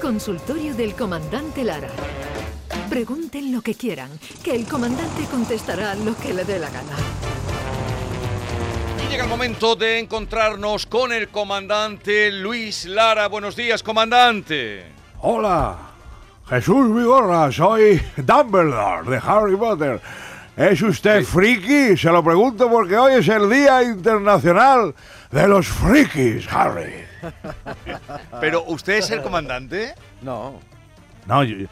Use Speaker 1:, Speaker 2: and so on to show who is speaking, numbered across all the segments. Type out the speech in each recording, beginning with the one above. Speaker 1: Consultorio del comandante Lara. Pregunten lo que quieran, que el comandante contestará lo que le dé la gana.
Speaker 2: Y llega el momento de encontrarnos con el comandante Luis Lara. Buenos días, comandante.
Speaker 3: Hola, Jesús Vigorra, soy Dumbledore de Harry Potter. ¿Es usted friki? Se lo pregunto porque hoy es el Día Internacional de los Frikis, Harry.
Speaker 2: Ah. Pero usted es el comandante.
Speaker 4: No.
Speaker 5: No, yo-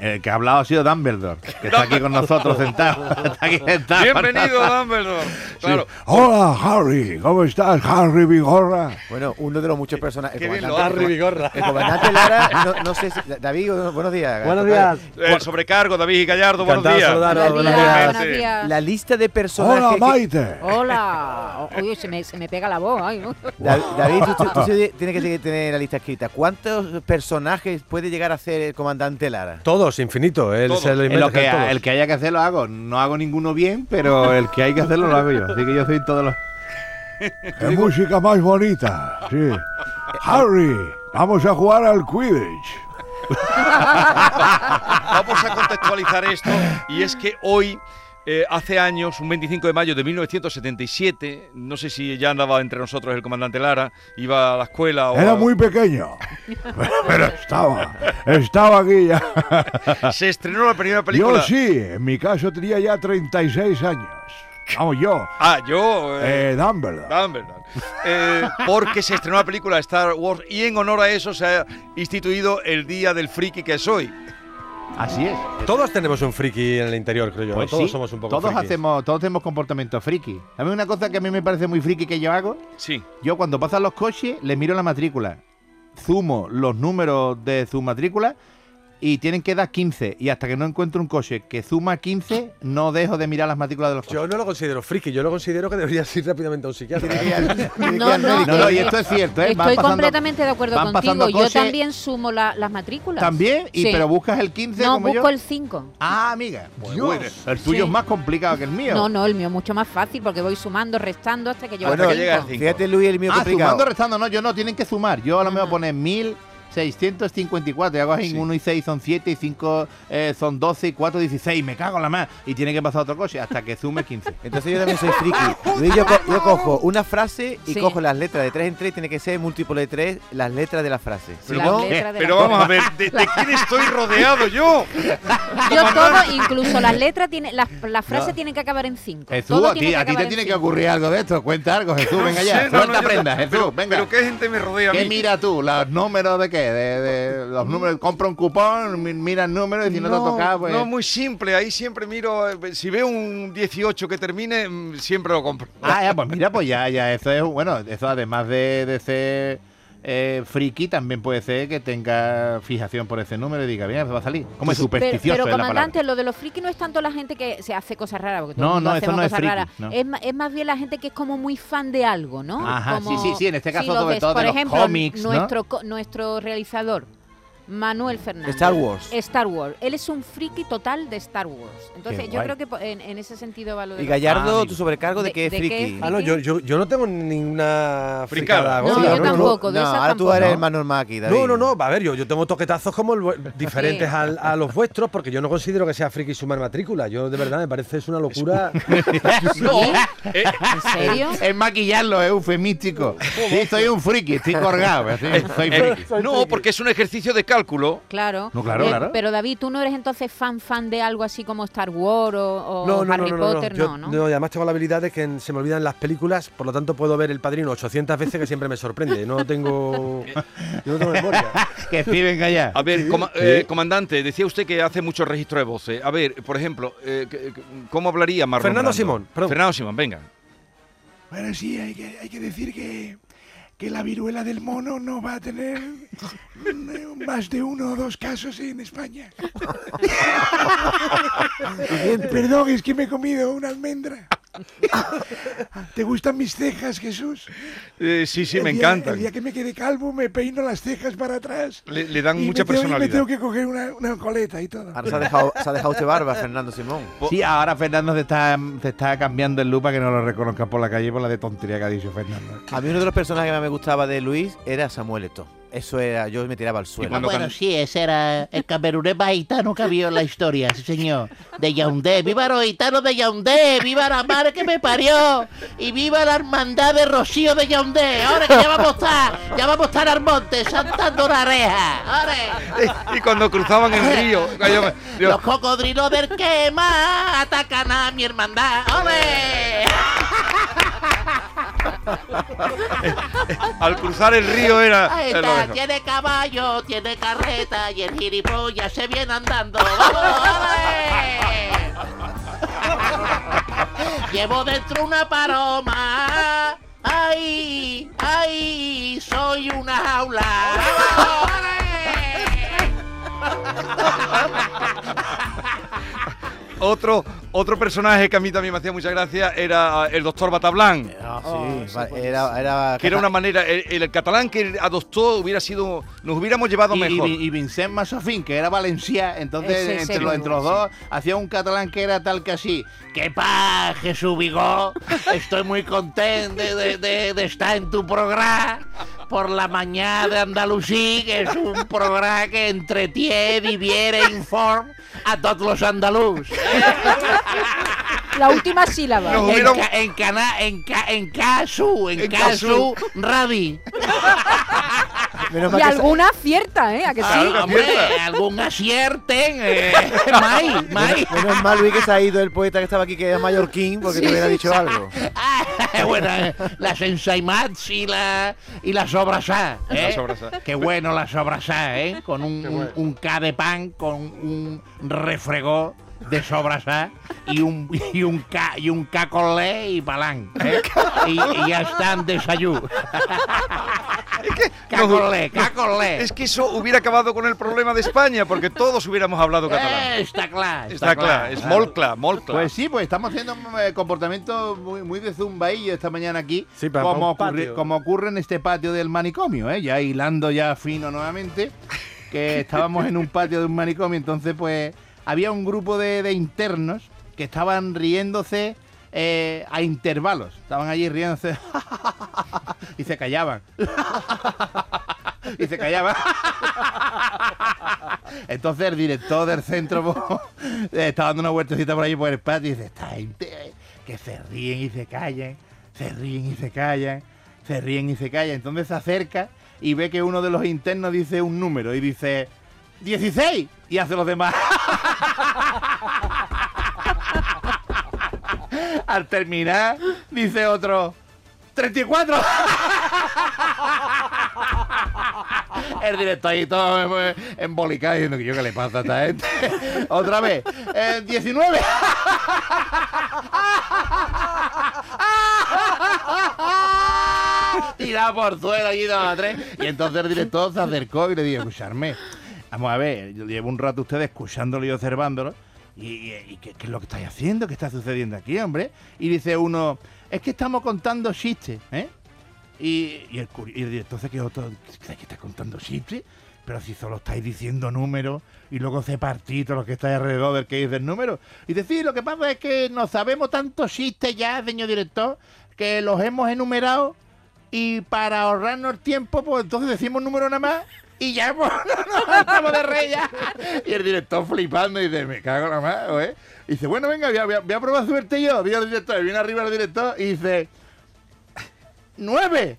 Speaker 5: el que ha hablado ha sido Dumbledore, que está aquí con nosotros sentado. Está aquí sentado.
Speaker 2: Bienvenido, Dumbledore. Claro.
Speaker 3: Hola, Harry. ¿Cómo estás, Harry Vigorra?
Speaker 4: Bueno, uno de los muchos personajes.
Speaker 2: Qué
Speaker 4: El,
Speaker 2: bien lo
Speaker 4: comandante-
Speaker 2: hace.
Speaker 4: el comandante Lara, no, no sé si. David, buenos días.
Speaker 6: Buenos
Speaker 4: Total,
Speaker 6: días.
Speaker 2: El Eh, sobrecargo, David Gallardo, buenos
Speaker 6: Encantado de
Speaker 2: días.
Speaker 6: saludaros,
Speaker 7: Buenos
Speaker 6: buenos
Speaker 7: días.
Speaker 2: Buenos días.
Speaker 4: La lista de personajes.
Speaker 3: Hola,
Speaker 4: que-
Speaker 3: Maite.
Speaker 7: Oh, Hola. O- Oye, se me, se me pega la voz. ay, ¿no?
Speaker 4: Da- David, tú, tú- tú sí tienes que te- tener la lista escrita. ¿Cuántos personajes puede llegar a ser el comandante Lara?
Speaker 6: Todos, infinito. Él
Speaker 2: Todos.
Speaker 6: se lo
Speaker 5: En
Speaker 6: inventa
Speaker 5: lo que,
Speaker 6: con todos.
Speaker 5: el que haya que hacer lo hago. No hago ninguno bien, pero el que hay que hacerlo lo hago yo. Así que yo soy todos los.
Speaker 3: Qué música más bonita. Sí. Harry, vamos a jugar al Quidditch.
Speaker 2: Vamos a contextualizar esto. Y es que hoy, eh, hace años, un 25 de mayo de 1977, no sé si ya andaba entre nosotros el comandante Lara, iba a la escuela o
Speaker 3: Era
Speaker 2: a-
Speaker 3: muy pequeño, pero estaba, estaba aquí ya.
Speaker 2: se estrenó la primera película.
Speaker 3: Yo sí, en mi caso tenía ya 36 años. Vamos, yo,
Speaker 2: Ah, yo. eh,
Speaker 3: eh, Dumbledore.
Speaker 2: Dumbledore. Eh, porque se estrenó la película Star Wars y en honor a eso se ha instituido el Día del Friki que soy.
Speaker 5: Así es.
Speaker 6: Todos tenemos un friki en el interior, creo yo. ¿no?
Speaker 5: Pues
Speaker 6: todos
Speaker 5: sí,
Speaker 6: somos un poco
Speaker 5: todos
Speaker 6: frikis.
Speaker 5: hacemos, todos tenemos comportamiento friki. A mí una cosa que a mí me parece muy friki que yo hago,
Speaker 2: Sí.
Speaker 5: yo cuando pasan los coches les miro la matrícula, zumo los números de su matrícula y tienen que dar 15 y hasta que no encuentro un coche que zuma 15 no dejo de mirar las matrículas de los coches.
Speaker 6: Yo no lo considero friki, yo lo considero que deberías ir rápidamente a un psiquiatra.
Speaker 7: No, no,
Speaker 5: No, no, y
Speaker 7: eh,
Speaker 5: esto es cierto, ¿eh? Van
Speaker 7: Estoy
Speaker 5: pasando-
Speaker 7: completamente de acuerdo
Speaker 5: van pasando
Speaker 7: contigo. Yo
Speaker 5: coches-
Speaker 7: también sumo la- las matrículas.
Speaker 5: También, y
Speaker 7: Sí.
Speaker 5: pero buscas el 15
Speaker 7: No,
Speaker 5: como yo.
Speaker 7: busco el 5.
Speaker 5: Ah, amiga.
Speaker 2: bueno.
Speaker 5: Dios, el tuyo
Speaker 7: Sí.
Speaker 5: es más complicado que el mío.
Speaker 7: No, no, el mío es mucho más fácil porque voy sumando, restando hasta que yo
Speaker 2: Hasta
Speaker 4: Bueno,
Speaker 2: que llega al
Speaker 7: cinco.
Speaker 2: cinco.
Speaker 4: Fíjate, Luis, el mío
Speaker 5: Ah,
Speaker 4: complicado.
Speaker 5: sumando, restando, no, yo no, tienen que sumar. Yo ahora me voy a
Speaker 7: Ajá.
Speaker 5: poner 1654. Y hago así:
Speaker 2: Sí.
Speaker 5: 1 y 6 son 7, y 5 son 12, y 4 16. Me cago en la más. Y tiene que pasar otro coche hasta que sume 15.
Speaker 4: Entonces yo también soy friki. Luis, yo, co- yo cojo una frase y
Speaker 7: Sí.
Speaker 4: cojo las letras de tres en tres. Tiene que ser múltiple de tres las letras de la frase. Si
Speaker 7: Las
Speaker 4: no,
Speaker 7: letras de
Speaker 2: Pero
Speaker 7: la-
Speaker 2: vamos a ver, ¿de, de quién estoy rodeado yo?
Speaker 7: Yo todo, incluso las letras, tiene, las, las frases tienen que acabar en 5.
Speaker 5: Jesús, a ti, a ti te tiene que ocurrir algo de esto. Cuenta algo, Jesús,
Speaker 2: No
Speaker 5: venga
Speaker 2: sé,
Speaker 5: ya.
Speaker 2: no, no,
Speaker 5: suelta
Speaker 2: yo-
Speaker 5: prenda, Jesús,
Speaker 2: pero,
Speaker 5: venga.
Speaker 2: Pero qué gente me rodea a
Speaker 5: ¿Qué
Speaker 2: mí? Mm.
Speaker 5: mira tú? ¿Los números de qué? De, de- los números, compra un cupón, mi- mira el número y si no, te ha tocado, pues.
Speaker 2: no, muy simple. Ahí siempre miro. eh, Si veo un 18 que termine, mm, siempre lo compro.
Speaker 5: Ah, ya, pues mira, pues ya, ya, eso es, bueno, eso además de, de ser eh, friki, también puede ser que tenga fijación por ese número y diga, bien, va a salir. Como es
Speaker 7: Pero,
Speaker 5: supersticioso es la
Speaker 7: comandante,
Speaker 5: palabra.
Speaker 7: lo de los frikis no es tanto la gente que se hace cosas raras, porque todo
Speaker 5: No,
Speaker 7: el mundo
Speaker 5: no, eso
Speaker 7: hacemos
Speaker 5: no es
Speaker 7: cosas
Speaker 5: friki,
Speaker 7: raras.
Speaker 5: no.
Speaker 7: Es, ma- es más bien la gente que es como muy fan de algo, ¿no?
Speaker 5: Ajá, sí,
Speaker 7: Como-
Speaker 5: sí, sí, en este caso
Speaker 7: los
Speaker 5: sobre todo de
Speaker 7: Por
Speaker 5: los
Speaker 7: ejemplo,
Speaker 5: cómics, ¿no?
Speaker 7: nuestro, co- nuestro realizador, Manuel Fernández.
Speaker 4: Star Wars.
Speaker 7: Star Wars. Él es un friki total de Star Wars. Entonces,
Speaker 5: Qué
Speaker 7: yo
Speaker 5: guay.
Speaker 7: creo que po- en, en ese sentido va lo de
Speaker 4: Y
Speaker 7: los-
Speaker 5: Ah,
Speaker 4: Gallardo,
Speaker 5: amigo.
Speaker 4: tu sobrecargo de,
Speaker 7: ¿De-
Speaker 4: que es
Speaker 7: de qué
Speaker 4: friki.
Speaker 7: es
Speaker 6: Ah, no, yo, yo, yo no tengo ninguna
Speaker 2: Fricada.
Speaker 6: fricada.
Speaker 7: No,
Speaker 6: gorda,
Speaker 7: yo tampoco, de
Speaker 4: No,
Speaker 7: esas
Speaker 4: ahora tú
Speaker 7: tampoco.
Speaker 4: eres el
Speaker 7: No.
Speaker 4: más normal aquí, David.
Speaker 6: No, no, no, a ver, yo, yo tengo toquetazos como el vu- diferentes al- a los vuestros, porque yo no considero que sea friki sumar matrícula. Yo, de verdad, me parece es una locura.
Speaker 2: No, eh,
Speaker 7: ¿En serio?
Speaker 5: Es maquillarlo, es eufemístico. Sí, soy un friki, estoy colgado, así, soy
Speaker 2: eh,
Speaker 5: friki.
Speaker 2: no, porque es un ejercicio de cálculo.
Speaker 7: Claro. Eh,
Speaker 5: No, claro, claro.
Speaker 7: Pero David, tú no eres entonces fan fan de algo así como Star Wars o, o
Speaker 6: No, no,
Speaker 7: Harry
Speaker 6: no, no, no,
Speaker 7: Potter,
Speaker 6: Yo-
Speaker 7: no, ¿no?
Speaker 6: y además tengo la habilidad de que en- se me olvidan las películas, por lo tanto puedo ver El Padrino 800 veces que siempre me sorprende. No tengo, yo no tengo memoria.
Speaker 5: Que Steven Gallar.
Speaker 8: Ah,
Speaker 2: A ver, coma- eh, comandante, decía usted que hace mucho registro de voces. A ver, por ejemplo, eh, que- que- ¿cómo hablaría Marlon
Speaker 6: Fernando
Speaker 2: Brando?
Speaker 6: Simón, perdón.
Speaker 2: Fernando Simón, venga.
Speaker 3: Bueno, sí, hay que, hay que decir que, que la viruela del mono no va a tener mm, más de uno o dos casos en España. Perdón, es que me he comido una almendra. ¿Te gustan mis cejas, Jesús?
Speaker 2: Eh, sí, sí,
Speaker 3: El
Speaker 2: me
Speaker 3: día-
Speaker 2: encanta.
Speaker 3: El día que me quede calvo, me peino las cejas para atrás.
Speaker 2: Le, le dan
Speaker 3: Y
Speaker 2: mucha
Speaker 3: me tengo- y
Speaker 2: personalidad.
Speaker 3: Me tengo que coger una, una coleta y todo.
Speaker 4: Ahora se ha dejado, se ha dejado usted barba, Fernando Simón.
Speaker 8: pues-
Speaker 5: Sí, ahora Fernando te está, te está cambiando el look para que no lo reconozcas por la calle por la de tontería que ha dicho Fernando.
Speaker 4: A mí uno de los personajes que más me gustaba de Luis era Samuel Eto. Eso era, yo me tiraba al suelo.
Speaker 2: cuando
Speaker 8: bueno,
Speaker 2: can-
Speaker 8: sí, ese era el camerunés más gitano que había en la historia, sí, señor. De Yaoundé, viva los gitanos de Yaoundé, viva la madre que me parió y viva la hermandad de Rocío de Yaoundé. Ahora que ya vamos a estar, ya vamos a estar al monte, saltando la reja. ¡Ahora!
Speaker 2: Y cuando cruzaban el río, yo me- yo-
Speaker 8: Los cocodrilos del quema atacan a mi hermandad. ¡Ole!
Speaker 2: al cruzar el río era.
Speaker 8: Ahí
Speaker 2: era lo
Speaker 8: está,
Speaker 2: mejor.
Speaker 8: tiene caballo, tiene carreta y el gilipollas se viene andando. ¡Vamos, ole! Llevo dentro una paloma. ¡Ay! ¡Ay! ¡Soy una jaula! ¡Vamos, ole!
Speaker 2: Otro, otro personaje que a mí también me hacía mucha gracia era eh, el doctor Batablán.
Speaker 4: Sí, va- era, era,
Speaker 2: Que era una manera, el, el catalán que adoptó hubiera sido, nos hubiéramos llevado
Speaker 5: Y, y
Speaker 2: mejor.
Speaker 5: Vin- y Vincent Massafin, que era valencià, entonces
Speaker 7: Ese, ese
Speaker 5: entre, los,
Speaker 7: mismo,
Speaker 5: entre los
Speaker 7: sí.
Speaker 5: dos hacía un catalán que era tal que así.
Speaker 8: ¡Qué paz, Jesús Vigó! Estoy muy contento de, de- de- de estar en tu programa por la mañana de Andalucía, que es un programa que entretiene, diviere e informa a todos los andaluces.
Speaker 7: La última sílaba.
Speaker 2: No.
Speaker 8: En,
Speaker 2: Hubiera-
Speaker 8: ca- en, cana, en, ca, en casu, en,
Speaker 2: En
Speaker 8: casu,
Speaker 2: casu.
Speaker 8: radi.
Speaker 4: menos mal
Speaker 7: Y
Speaker 4: que sa-
Speaker 7: alguna cierta, ¿eh? ¿A
Speaker 2: Ah,
Speaker 7: que sí?
Speaker 2: que
Speaker 8: Hombre,
Speaker 2: acierta.
Speaker 8: algún acierten. Eh, mai, mai.
Speaker 4: menos mal, Luis, que se ha ido el poeta que estaba aquí, que era mallorquín, porque te hubiera dicho algo.
Speaker 8: Ah, bueno, eh, las ensaimats y la y las sobrasá, ¿eh?
Speaker 2: Las sobrasá.
Speaker 8: Qué bueno las sobrasá, ¿eh? Con un, un, un K de pan, con un refregó de sobrasá y un y un K y un K con lé y palán, ¿eh? y, y ya están desayú. K con lé, K con lé.
Speaker 2: Es que eso hubiera acabado con el problema de España, porque todos hubiéramos hablado catalán.
Speaker 8: Eh, Está claro,
Speaker 2: Está claro, es molt clar, molt clar.
Speaker 5: Pues sí, pues estamos haciendo eh, comportamientos muy, muy de zumbaillo esta mañana aquí,
Speaker 6: Sí, para- para
Speaker 5: como,
Speaker 6: un patio.
Speaker 5: ocurre, como ocurre en este patio del manicomio, ¿eh? ya hilando ya fino nuevamente, que estábamos en un patio de un manicomio, entonces pues había un grupo de, de internos que estaban riéndose eh, a intervalos, estaban allí riéndose y se callaban. y se callaba. Entonces el director del centro pues, está dando una vueltecita por ahí por el patio y dice, esta gente eh, que se ríen y se callan, se ríen y se callan, se ríen y se callan. Entonces se acerca y ve que uno de los internos dice un número y dice, 16 y hace los demás. Al terminar, dice otro, 34. El director ahí todo eh, embolicado diciendo que yo qué le pasa a esta gente. Otra vez, eh, 19. Tirado por suelo allí dos o tres. Y entonces el director se acercó y le dijo, escucharme. Vamos a ver, yo llevo un rato ustedes escuchándolo y observándolo. ¿Y, y- y qué, qué es lo que estáis haciendo? ¿Qué está sucediendo aquí, hombre? Y dice uno, es que estamos contando chistes, ¿eh? Y, y el, curi- y el director se quedó todo. ¿Qué está contando chistes? Pero si solo estáis diciendo números y luego se partito los que estáis alrededor del que dice el número. Y decir, lo que pasa es que no sabemos tantos chistes ya, señor director, que los hemos enumerado y para ahorrarnos el tiempo, pues entonces decimos número nada más y ya pues, nos estamos de rey ya. Y el director flipando y dice, me cago nada más, ¿eh? Y dice, bueno, venga, voy a, voy a- voy a probar suerte yo. Dice el director, y viene arriba el director y dice, ¡Nueve!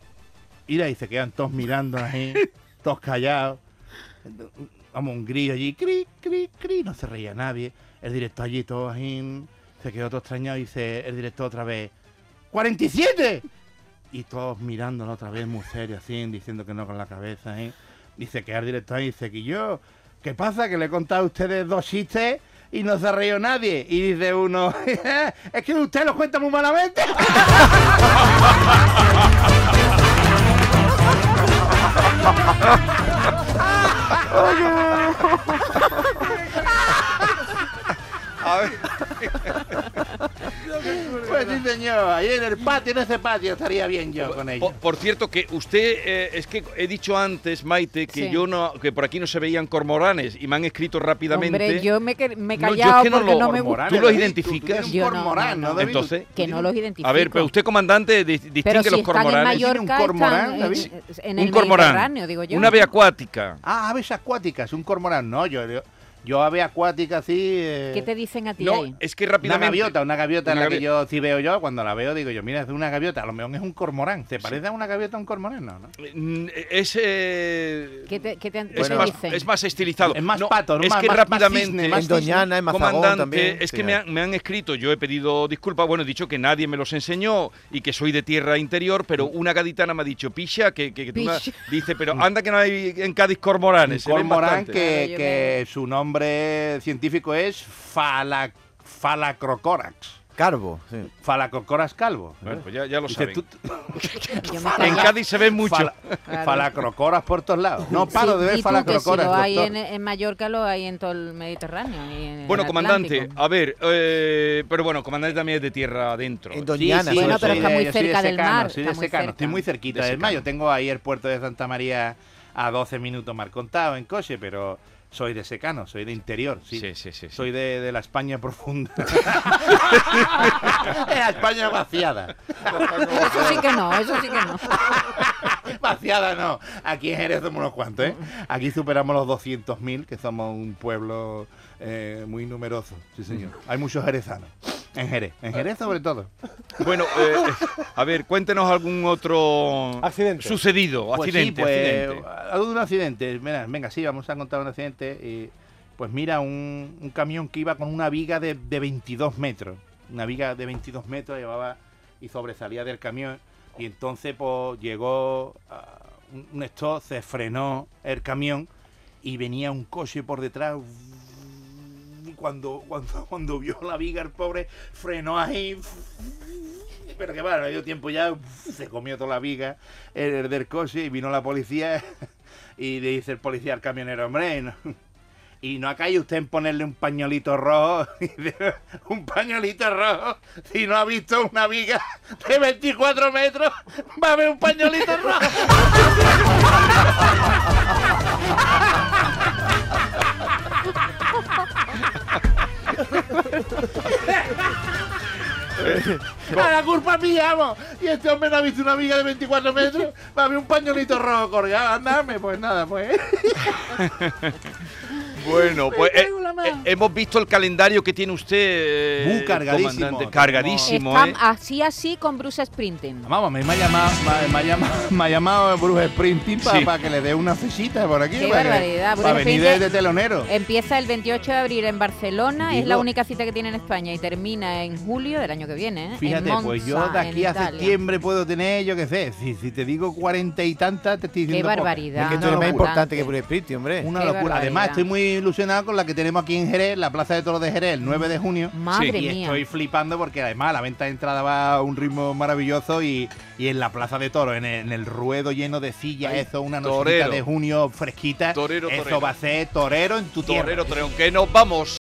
Speaker 5: Y ahí se quedan todos mirando ahí, todos callados. Vamos, un grillo allí, cri, cri, cri, no se reía nadie. El director allí, todo ahí, se quedó todo extrañado y dice el director otra vez, ¡47! Y todos mirándolo otra vez, muy serio, así, diciendo que no con la cabeza, ¿eh? Y se queda el director ahí y dice, que yo, ¿qué pasa? Que le he contado a ustedes dos chistes y no se ha reído nadie. Y dice uno, es que usted los cuenta muy malamente.
Speaker 2: A ver,
Speaker 5: Pues dice,
Speaker 8: señor. Ahí en el patio, en ese patio, estaría bien yo con ella.
Speaker 2: Por, por cierto, que usted, eh, es que he dicho antes, Maite, que
Speaker 7: Sí.
Speaker 2: yo no, que por aquí no se veían cormoranes y me han escrito rápidamente.
Speaker 7: Hombre, yo me, que- me he
Speaker 2: No, yo es
Speaker 7: callado
Speaker 2: que no
Speaker 7: porque
Speaker 2: lo-
Speaker 7: no me gusta.
Speaker 2: Tú los identificas.
Speaker 7: Yo no, no, no.
Speaker 8: David?
Speaker 2: Entonces,
Speaker 7: Que no los identifico.
Speaker 2: a ver, pero usted, comandante, di- distingue
Speaker 7: Pero si
Speaker 2: los
Speaker 7: están en
Speaker 2: cormoranes.
Speaker 7: Mallorca,
Speaker 5: ¿Tiene un cormorán,
Speaker 7: están en-
Speaker 5: David?
Speaker 7: en, el
Speaker 2: un cormorán,
Speaker 7: Mediterráneo, digo yo.
Speaker 2: una ave acuática.
Speaker 5: Ah, aves acuáticas, un cormorán. No, yo, yo, yo ave acuática así. eh,
Speaker 7: ¿Qué te dicen a ti
Speaker 2: No, eh,
Speaker 7: ahí?
Speaker 2: es que
Speaker 5: Una
Speaker 2: rápidamente.
Speaker 5: gaviota, una gaviota
Speaker 2: Una
Speaker 5: la que
Speaker 2: gavi-
Speaker 5: yo sí veo yo, cuando la veo digo yo, mira, es una gaviota, a lo mejor es un cormorán. ¿Te parece a una gaviota o un cormorán? No, no.
Speaker 2: Mm, Es, eh,
Speaker 7: ¿Qué te, qué te han-
Speaker 2: es,
Speaker 7: qué te
Speaker 2: más,
Speaker 7: dicen?
Speaker 2: es más estilizado.
Speaker 5: Es más
Speaker 2: No,
Speaker 5: pato, ¿no?
Speaker 2: Es
Speaker 5: Más-
Speaker 2: que
Speaker 5: más- más
Speaker 2: rápidamente.
Speaker 5: cisne, más
Speaker 4: En Doñana, en Mazagón
Speaker 2: Comandante,
Speaker 4: también.
Speaker 2: es que
Speaker 4: Sí,
Speaker 2: me han, me han escrito, yo he pedido disculpas, bueno, he dicho que nadie me los enseñó y que soy de tierra interior, pero una gaditana me ha dicho, picha, que, que, que tú me-
Speaker 7: Picha.
Speaker 2: dice, pero anda que no hay en Cádiz
Speaker 5: Un
Speaker 2: cormoranes. se ven
Speaker 5: cormorán
Speaker 2: bastante.
Speaker 7: Claro,
Speaker 5: que,
Speaker 7: yo
Speaker 5: que su nombre científico es Fala- Falacrocorax.
Speaker 4: Carbo, sí.
Speaker 5: Falacrocorax calvo. ¿eh?
Speaker 2: Bueno, pues ya, ya lo
Speaker 5: Dice,
Speaker 2: saben.
Speaker 5: tú-
Speaker 7: Yo me he
Speaker 2: En
Speaker 7: callado.
Speaker 2: Cádiz se ven mucho.
Speaker 5: Fala-
Speaker 7: Claro.
Speaker 5: falacrocoras por todos lados. No
Speaker 7: Sí,
Speaker 5: paro de
Speaker 7: di
Speaker 5: ver
Speaker 7: tú,
Speaker 5: falacrocoras.
Speaker 7: que si lo hay
Speaker 5: doctor.
Speaker 7: en, en Mallorca, lo hay en todo el Mediterráneo. y en el
Speaker 2: Bueno, comandante,
Speaker 7: Atlántico.
Speaker 2: a ver, eh, pero bueno, comandante también es de tierra adentro.
Speaker 4: En
Speaker 5: Sí,
Speaker 4: Doñana,
Speaker 5: sí,
Speaker 7: Bueno,
Speaker 5: yo
Speaker 7: pero
Speaker 5: soy
Speaker 7: está
Speaker 5: de-
Speaker 7: muy
Speaker 5: yo soy de
Speaker 7: cerca del
Speaker 5: Secano,
Speaker 7: mar,
Speaker 5: Soy de
Speaker 7: está muy
Speaker 5: Secano, estoy
Speaker 7: cerca.
Speaker 5: muy cerquita
Speaker 2: De
Speaker 5: del mar.
Speaker 2: Secano.
Speaker 5: Yo tengo ahí el puerto de Santa María a 12 minutos mal contado en coche, pero soy de Secano, soy de interior. Sí,
Speaker 2: Sí, sí, sí, sí.
Speaker 5: Soy de, de la España profunda. de la España vaciada.
Speaker 7: Eso sí que no, eso sí que no.
Speaker 5: Vaciada no. Aquí en Jerez somos unos cuantos, ¿eh? Aquí superamos los 200.000, que somos un pueblo eh, muy numeroso. Sí, señor. Hay muchos jerezanos. En Jerez. En Jerez sobre todo.
Speaker 2: Bueno, eh, a ver, cuéntenos algún otro
Speaker 6: Accidente.
Speaker 2: sucedido,
Speaker 5: Pues
Speaker 2: accidente,
Speaker 5: sí, pues,
Speaker 2: accidente.
Speaker 5: algo de un accidente. Mira, venga, sí, vamos a contar un accidente. Y, pues mira, un, un camión que iba con una viga de, de 22 metros. Una viga de 22 metros llevaba y sobresalía del camión. Y entonces pues llegó a un- un stop, se frenó el camión y venía un coche por detrás. Y Cuando, cuando, cuando vio la viga, el pobre frenó ahí. Pero que bueno, no dio tiempo ya, se comió toda la viga el, el del coche y vino la policía y le dice el policía al camionero, hombre, no- y no ha caído usted en ponerle un pañolito rojo, Y dice, un pañolito rojo, si no ha visto una viga de 24 metros, va a haber un pañolito rojo. A la culpa pillamos. Y este hombre no ha visto una viga de 24 metros. Va a haber un pañolito rojo colgado. Andame, pues nada, pues.
Speaker 2: Bueno, pues eh,
Speaker 5: caigo la mano.
Speaker 2: eh, hemos visto el calendario que tiene usted, eh,
Speaker 5: Muy cargadísimo.
Speaker 2: comandante. Cargadísimo,
Speaker 7: Está
Speaker 2: ¿eh?
Speaker 7: así, así con Bruce Sprinting.
Speaker 5: Vamos, a mí me ha llamado, me, me ha llamado, me ha llamado Bruce Sprinting para
Speaker 2: Sí.
Speaker 5: que le dé una fechita por aquí.
Speaker 7: Qué
Speaker 5: para que-
Speaker 7: barbaridad, Bruce
Speaker 5: para venir de,
Speaker 7: Springsteen.
Speaker 5: de telonero.
Speaker 7: Empieza el 28 de abril en Barcelona, es
Speaker 5: Digo-
Speaker 7: la única cita que tiene en España y termina en julio del año que viene. ¿eh?
Speaker 5: Fíjate,
Speaker 7: En
Speaker 5: pues yo
Speaker 7: Monza,
Speaker 5: de aquí
Speaker 7: en
Speaker 5: a
Speaker 7: Italia.
Speaker 5: septiembre puedo tener, yo qué sé, si, si te digo cuarenta y tantas, te estoy
Speaker 7: Qué
Speaker 5: diciendo. poca.
Speaker 7: barbaridad.
Speaker 5: Es que
Speaker 4: Esto
Speaker 5: esto
Speaker 4: es más
Speaker 5: es una locura.
Speaker 4: importante que Bruce Springsteen, hombre.
Speaker 5: Una
Speaker 7: Qué
Speaker 5: locura. Además,
Speaker 7: barbaridad.
Speaker 5: estoy muy ilusionado con la que tenemos aquí en Jerez, la Plaza de Toros de Jerez, el 9 de junio.
Speaker 7: Mm. Madre
Speaker 5: y
Speaker 7: mía.
Speaker 5: estoy flipando porque además la venta de entrada va a un ritmo maravilloso y, y en la plaza de toros, en el, en el ruedo lleno de sillas, eso, una nochecita
Speaker 2: torero.
Speaker 5: de junio fresquita,
Speaker 2: Torero,
Speaker 5: eso
Speaker 2: torero.
Speaker 5: va a ser torero en tu tierra.
Speaker 2: Torero, torero, que nos vamos.